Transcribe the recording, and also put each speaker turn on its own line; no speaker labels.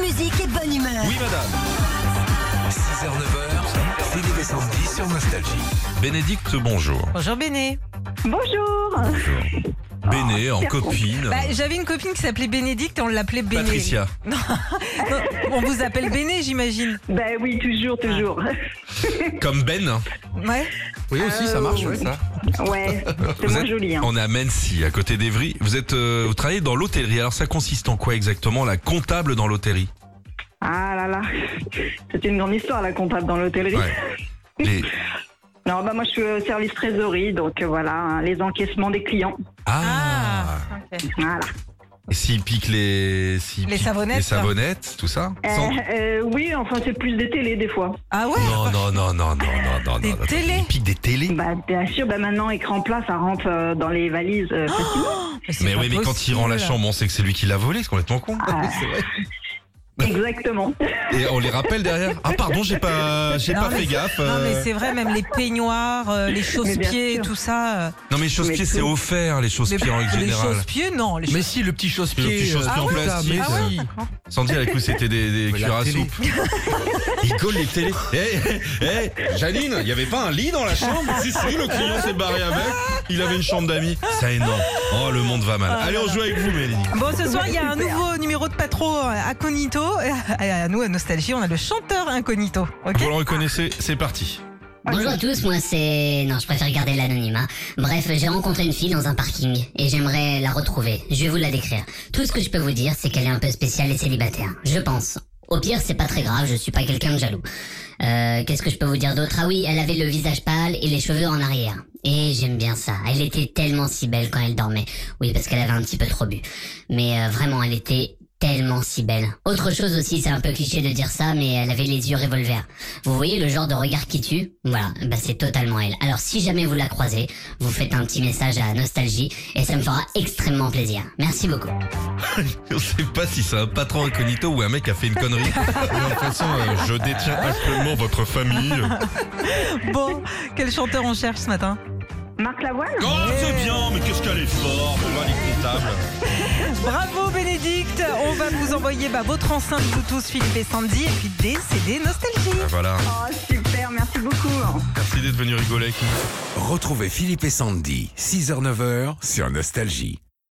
musique et bonne humeur.
Oui, madame.
6h, 9h, Philippe et Sandy sur Nostalgie.
Bénédicte, bonjour.
Bonjour Béné.
Bonjour
Bonjour. Béné, en copine.
Bah, J'avais une copine qui s'appelait Bénédicte et on l'appelait Béné.
Patricia.
Non, on vous appelle Béné, j'imagine.
Ben oui, toujours,
Ah.
toujours.
Comme Ben.
Ouais.
Oui, aussi, ça marche, ouais, ça.
Ouais, c'est
Vous
moins
êtes-
joli. Hein.
On est à Mency, à côté d'Evry. Vous êtes, euh, vous travaillez dans l'hôtellerie. Alors, ça consiste en quoi exactement, la comptable dans l'hôtellerie
Ah là là, c'était une grande histoire la comptable dans l'hôtellerie.
Ouais. Les-
Non, bah moi je suis au service trésorerie, donc euh, voilà, hein, les encaissements des clients.
Ah.
ok.
Voilà.
Et s'ils piquent les, s'ils
Les
piquent
savonnettes.
les savonnettes, tout ça
Euh,
Sans-
euh, oui, enfin c'est plus des télés des fois.
Ah ouais
Non, non, non, non, non, non, non.
Des
non, attends,
télés.
Ils piquent des télés.
Bah bien sûr, bah maintenant écran plat, ça rentre euh, dans les valises. euh, facilement.
c'est
Mais
pas
oui, mais quand il
possible.
rend la chambre, on sait que c'est lui qui l'a volé, c'est complètement con.
Ah.
C'est vrai. Ah
Exactement.
Et on les rappelle derrière. Ah pardon, j'ai pas, j'ai
Non,
pas
mais
fait gaffe.
Non mais
euh.
c'est vrai, même les peignoirs, euh, les chausse-pieds,
sûr.
tout ça. euh,
Non mais
Mais
chausse-pied,
tout.
c'est offert les
les
chausse-pieds en règle
les
générale.
chausse-pieds, non. Les
Mais si, le petit chausse-pied.
Le petit chausse-pied
euh,
en
ah ouais,
plastique,
mais
euh,
si.
Sans dire, écoute, c'était des, des
Mais la
cuillères à
télé.
soupe. Il colle les télés. Eh, eh, eh, Janine, il n'y avait pas un lit dans la chambre Si, si, le client s'est barré avec. Il avait une chambre d'amis. C'est énorme. Oh, le monde va mal.
Ah
Allez, on joue avec vous, Mélanie.
Bon, ce soir, il y a un nouveau numéro de Patro euh, Incognito. Et à nous, à Nostalgie, on a le chanteur Incognito. Ok
Vous le reconnaissez C'est parti.
Bonjour à tous, moi c'est... Non, je préfère garder l'anonymat. Bref, j'ai rencontré une fille dans un parking et j'aimerais la retrouver. Je vais vous la décrire. Tout ce que je peux vous dire, c'est qu'elle est un peu spéciale et célibataire. Je pense. Au pire, c'est pas très grave, je suis pas quelqu'un de jaloux. Euh, qu'est-ce que je peux vous dire d'autre Ah oui, elle avait le visage pâle et les cheveux en arrière. Et j'aime bien ça. Elle était tellement si belle quand elle dormait. Oui, parce qu'elle avait un petit peu trop bu. Mais euh, vraiment, elle était tellement si belle. Autre chose aussi, c'est un peu cliché de dire ça, mais elle avait les yeux revolver. Vous voyez le genre de regard qui tue Voilà, bah c'est totalement elle. Alors si jamais vous la croisez, vous faites un petit message à Nostalgie et ça me fera extrêmement plaisir. Merci beaucoup.
On sait pas si c'est un patron incognito ou un mec qui a fait une connerie. De toute façon, euh, je détiens actuellement votre famille.
Bon, quel chanteur on cherche ce matin
Marc Lavoine
Oh, c'est bien, mais qu'est-ce qu'elle est forte. Elle est comptable.
Bravo Bénédicte On va vous envoyer bah, votre enceinte Bluetooth Philippe et Sandy et puis des CD Nostalgie.
Ah, Voilà.
Oh super, merci beaucoup.
Merci d'être venu rigoler avec nous.
Retrouvez Philippe et Sandy, 6h, 9h sur Nostalgie.